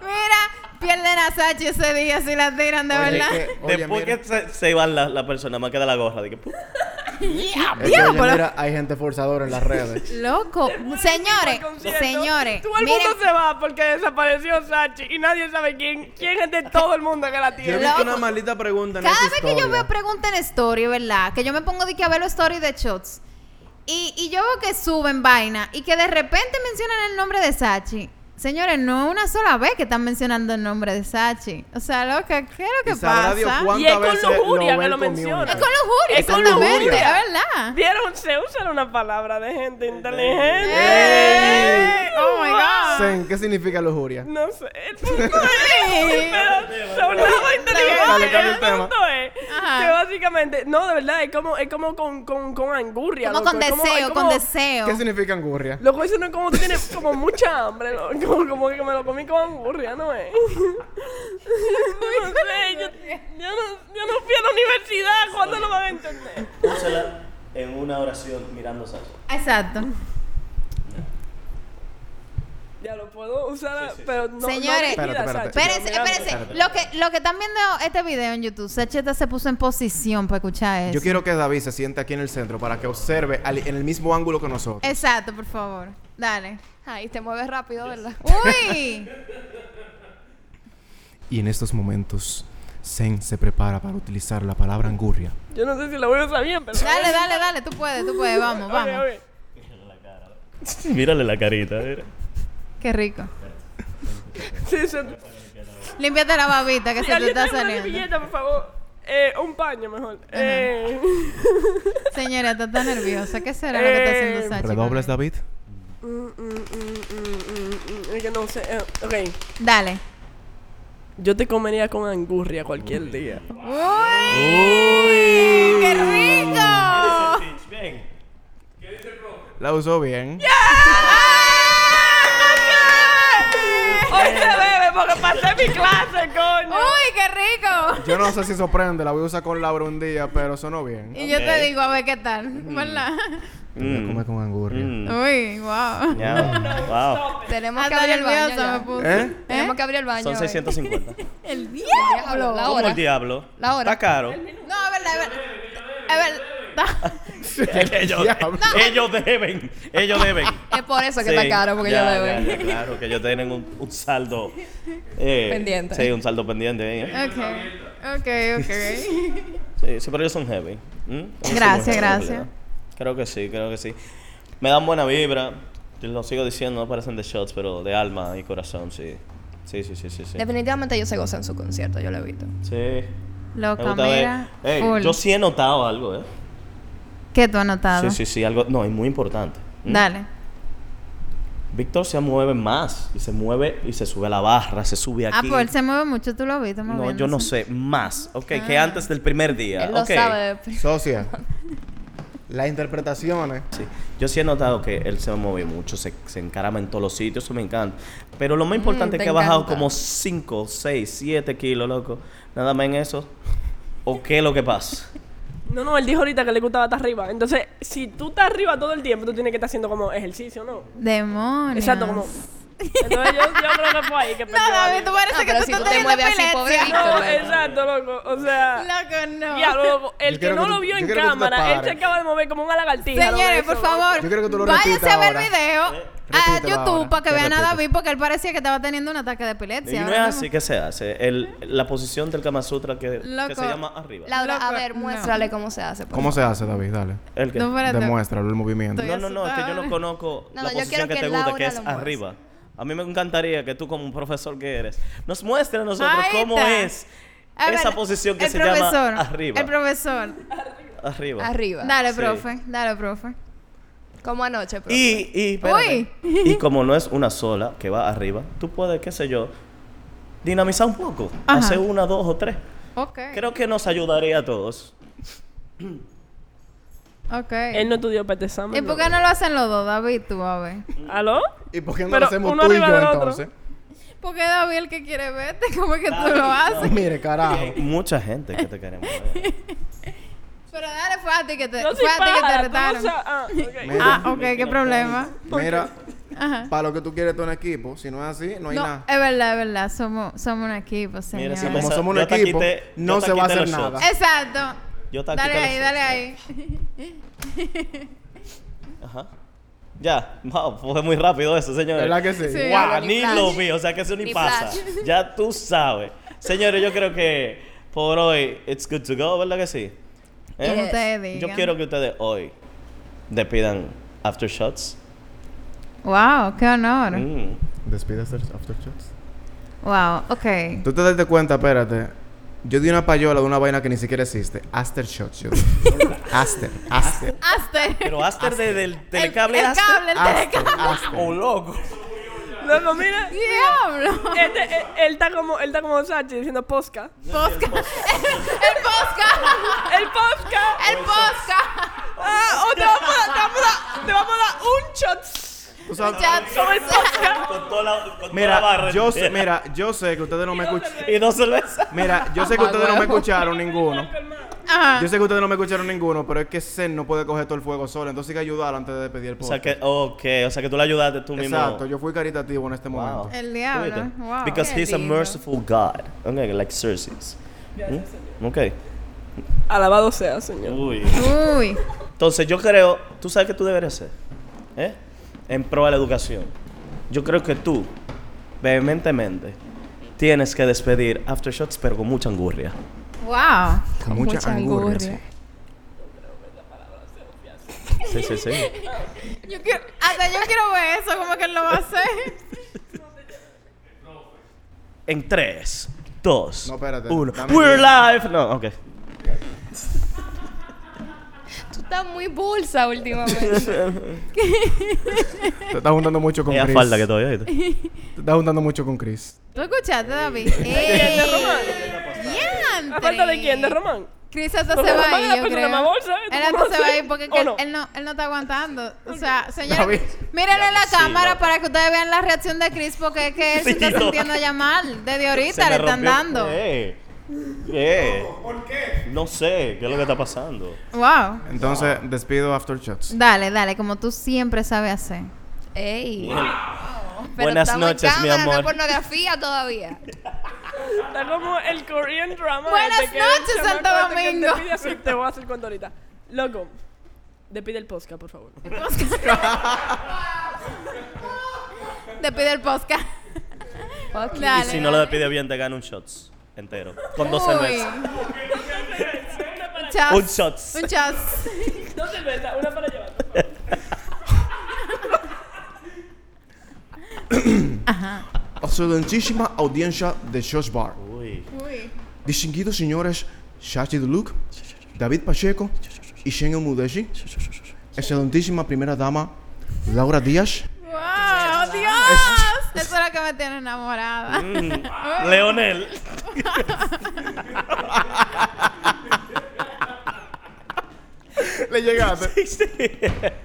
Mira, pierden a Sachi ese día si la tiran, de Oye, verdad. es que- oye, Después mira. que se, se van la, la persona, me queda la gorra. Dije, "Puf". Es que, oye, mira, hay gente forzadora en las redes. Loco, señores, señores, Todo el miren, mundo se va porque desapareció Sachi y nadie sabe quién, quién es de todo el mundo que la Yo he tiene. visto Loco. una maldita pregunta en cada esa vez que yo historia. veo pregunta en story, ¿verdad? Que yo me pongo de que a ver los story de shots. Y, y yo veo que suben vaina y que de repente mencionan el nombre de Sachi. Señores, no es una sola vez que están mencionando el nombre de Sachi. O sea, loca, ¿qué es lo Y que sabrá pasa? Dios Y es cuántas con veces lujuria ve que el lo community. menciona. Es con lujuria, Es con exactamente, lujuria. es verdad. Vieron, se usan una palabra de gente inteligente. ¡Ey! Oh my God. Sen, ¿qué significa lujuria? No sé. Pero sonaba Dale, inteligente. cambia el El tema. punto es Ajá. Eh, que básicamente, no, de verdad, es como, es como con, con, con angurria. Como loco, con es como- es deseo, con como- deseo. ¿Qué significa angurria? Loco, eso no es como tú tienes como mucha hambre, loco. Como, como que me lo comí con angurria, ¿no es? yo no sé, yo, yo no, yo no fui a la universidad, ¿cuándo lo van a entender? Úsala en una oración mirando salsa. Exacto. Ya lo puedo usar, pero no. Señores. no me Espérate, espérate. Sachi, Espérense, mirando. espérense. Lo que, lo que están viendo este video en YouTube, Sacheta se puso en posición para escuchar eso. Yo quiero que David se siente aquí en el centro para que observe al- en el mismo ángulo que nosotros. Exacto, por favor. Dale. Ay, te mueves rápido, ¿verdad? ¡Uy! Y en estos momentos, Sen se prepara para utilizar la palabra angurria. Yo no sé si lo voy a usar bien, pero. Dale, dale, dale. Tú puedes, tú puedes. Vamos, Ok, vamos. ok. Mírale la carita. mira. Qué rico. Sí, se- Límpiate la babita que se te Alguien tráigame está una saliendo. servilleta, por favor. Eh, un paño mejor. Eh, Señora, tú estás nerviosa. ¿Qué será lo que está haciendo Eh, Sachi? ¿Redobles, David? mm, mm, mm, mm, mm, mm, es que no sé. eh, ok. Dale. Yo te comería con angurria cualquier día. ¡Uy! ¡Qué rico! Bien. La usó bien. Hoy se bebe porque pasé mi clase, coño. ¡Uy, qué rico! Yo no sé si sorprende, la voy a usar con Laura un día, pero sonó bien. Y yo te digo, a ver qué tal. ¿Verdad? Te voy a comer con angurria. Uy, wow. Mm. Wow. Tenemos que Hasta abrir el baño. nerviosa Ah, me ya. puse. ¿Eh? Tenemos que abrir el baño. Son eh. 650. El Diablo, La diablo. Como hora. el diablo. La hora. Está caro. No, es verdad, es verdad. Es verdad. ellos, diablo. ellos deben. Ellos deben. Es por eso que Sí, está caro, porque ya, yo lo veo. ya, ya, claro, que ellos tienen un, un saldo. eh, Pendiente. Sí, un saldo pendiente. eh. Ok, ok, ok. Sí, sí, pero ellos son heavy. ¿Mm? Ellos son Gracias, muy gracias. heavy, en realidad. Creo que sí, creo que sí. Me dan buena vibra. Te Lo sigo diciendo, no parecen de shots, pero de alma y corazón, sí. Sí, sí, sí, sí. Sí. Definitivamente ellos se gozan en su concierto, yo lo he visto. sí. Me Loca, gusta ver. mira. Ey, full. yo sí he notado algo, ¿eh? ¿Qué tú has notado? Sí, sí, sí, algo. No, es muy importante. ¿Mm? Dale. Víctor se mueve más y se mueve y se sube a la barra, se sube aquí. Ah, pues él se mueve mucho, tú lo viste No, yo no sé, más. Ok, que Ah. antes del primer día. Él lo ok. sabe. pero- Socia. Las interpretaciones. Sí. Yo sí he notado que él se mueve mucho, se, se encarama en todos los sitios, eso me encanta. Pero lo más Mm, importante es te que ha bajado encanta. como 5, 6, 7 kilos, loco. Nada más en eso. ¿O qué es lo que pasa? No, no, él dijo ahorita que le gustaba estar arriba. Entonces, si tú estás arriba todo el tiempo, tú tienes que estar haciendo como ejercicio, ¿no? Demonios. Exacto, como. Entonces, yo, yo creo que fue ahí que perdió No, David, alguien. tú parece No, que Ah, pero tú si estás tú te teniendo mueves así, pobre epilepsia. Víctor. No, exacto, loco. O sea. Loco, no. Ya, loco. El que Yo quiero no que lo tú- vio yo en quiero que tú te cámara, él se pares. acaba de mover como una lagartija. loco, Señores, por eso, favor, Yo quiero que tú lo váyanse repitas a ver ahora. el Eh, video a Repítelo YouTube ahora. para que Ya vean a repite. David porque él parecía que estaba teniendo un ataque de Y epilepsia. no es ahora así mismo. que se hace. El- la posición del Kama Sutra que, que Loco. se llama arriba. Laura, a Loco, ver, no. muéstrale cómo se hace. pues. por ¿Cómo se hace, David? Dale. ¿El qué? No, No, espérate. Demuéstralo, el movimiento. Estoy no, no, es que yo no asustada. conozco No, no, la yo quiero posición que, que te gusta, que Laura es lo muestre. arriba. A mí me encantaría que tú, como un profesor que eres, nos muestres a nosotros Ahí cómo está. es A ver, esa posición que el se profesor, llama arriba. El profesor. arriba. Arriba. Dale, Sí. profe. Dale, profe. Como anoche, pues. profe. Y, y, espérate. y como no es una sola que va arriba, tú puedes, qué sé yo, dinamizar un poco. Ajá. Hacer una, dos o tres. Ok. Creo que nos ayudaría a todos. Ok. Él no estudió para este examen. ¿Y por qué no lo hacen los dos, David? Tú, a ver. ¿Aló? ¿Y por qué no Pero lo hacemos uno tú y arriba yo del otro. entonces? Porque David el que quiere verte, ¿cómo es que tú lo No, haces? mire, carajo. Hay mucha gente que te queremos ver. Pero dale, fue a ti que te, No soy fue a ti que pájara, tú no te retaron. sabes- Ah, ok. Ah, ok, qué problema. Mira, Ajá. para lo que tú quieres, tú un equipo. Si no es así, no hay No, nada. es verdad, es verdad. Somos, somos un equipo, Mira, señores. si Como me sa- somos un yo te equipo, quité- no yo te se va a quité hacer los nada. shots. Exacto. Yo te Dale quité los ahí, shots. dale ahí. Ajá. Ya, wow, fue muy rápido eso, señores. ¿Verdad que sí? Sí. Guau, ni ni flash. lo vi, o sea que eso ni, Ni pasa. flash. Ya tú sabes. Señores, yo creo que por hoy it's good to go, ¿verdad que sí? Eh, Como ustedes digan. Yo quiero que ustedes hoy despidan aftershots. Wow, qué honor. Mm. Despídase after shots. Wow, ok. Tú te das cuenta, espérate. Yo di una payola de una vaina que ni siquiera existe. Aster shots, yo di. Aster, Aster. Aster. Pero Aster de- del telecable el, el Aster. cable, el Aster, telecable. Aster. Oh, loco. Loco, mira. Diablo. Este, él, él está como, él está como Sachi diciendo posca. Posca. el posca. ¡El posca! El posca. ¡Ah! ¡Oh, te vamos a dar, te vamos a dar, te vamos a dar un shot! Tú sabes- Chat. Como el posca. Con toda la, con toda la Mira, barra yo sé, entera. mira, yo sé que ustedes no me escucharon. Y dos cervezas. Mira, yo sé que ustedes no me escucharon ninguno. Ajá. Ah. Yo sé que ustedes no me escucharon ninguno, pero es que Zen no puede coger todo el fuego solo, entonces hay que ayudarlo antes de pedir el O podcast. sea que, ok, o sea que tú la ayudaste tú mismo. Exacto, yo fui caritativo en este Wow. momento. El diablo, Tuviste. wow. Because Qué he's lindo. a merciful God. Okay, like Cersei's. ¿Mm? Ok. Alabado sea, señor. Uy. Uy. Entonces yo creo, tú sabes que tú deberías hacer, ¿eh? En pro de la educación. Yo creo que tú, vehementemente, tienes que despedir Aftershots, pero con mucha angurria. Wow. Con mucha, angurria. sí. Sí, sí, sí. Yo quiero, hasta yo quiero ver eso, como que él lo va a hacer. En 3, 2, No, espérate, 1. dame We're tiempo. live. No, ok. Tú estás muy bolsa últimamente. Te estás juntando mucho con Ella Chris. falda que todavía. ¿oíste? Te estás juntando mucho con Chris. ¿Tú escuchaste, David? ¿De ¡Ey! Román? ¡Diantre! ¿A falta de quién? ¿De Román? Chris hasta Porque se va Román es la a ir, yo persona creo. más bolsa, ¿eh? ¿Tú Él hasta conoces? se va a ir porque es que ¿O él, no? él no, él no está aguantando. O sea, David. señores, mírenlo en la Sí, cámara no. para que ustedes vean la reacción de Chris porque es que él se Sí, está no. sintiendo ya mal. Desde Se ahorita me le están rompió- dando. Eh, eh. No sé, ¿qué es lo que está pasando? Wow. Entonces, despido After Shots. Dale, dale, como tú siempre sabes hacer. Ey. Pero Buenas estamos en noches, mi cámara, No hay amor. pornografía todavía. Está como el Korean drama. Buenas este que noches, el chamaco Santo este que Domingo. Te, pide así, te voy a hacer cuento ahorita. Loco, despide el posca, por favor. Te pide el podcast. Fuck you. Dale. Y si no lo despide bien, te gana un shots entero. Con dos cervezas. Un chas. Un shots. Un chas. Dos cervezas, una para llevar. Excelentísima audiencia de Shots Bar. Uy. Distinguidos señores Shachi Duluc, David Pacheco y Shen Mudeshi. Excelentísima primera dama Laura Díaz. Wow, me tiene enamorada. Mm. Leonel. Le llegaste.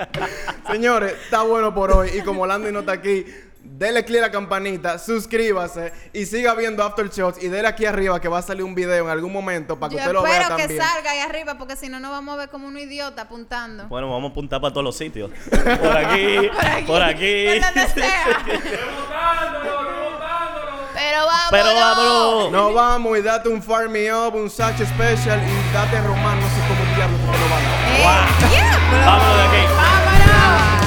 Señores, está bueno por hoy. Y como Landy no está aquí, denle click a la campanita, suscríbase y siga viendo Aftershots. Y dele aquí arriba que va a salir un video en algún momento para que Yo usted lo vea espero que también. salga ahí arriba porque si no nos vamos a ver como un idiota apuntando. Bueno, vamos a apuntar para todos los sitios. Por aquí, por aquí. Por donde sea. Pero vamos. Pero vámonos. Nos vamos y date un Farm Me Up, un Satch Special y date Román, no sé cómo diablos, pero lo van a- Eh, yeah. Vámonos de aquí. Vámonos.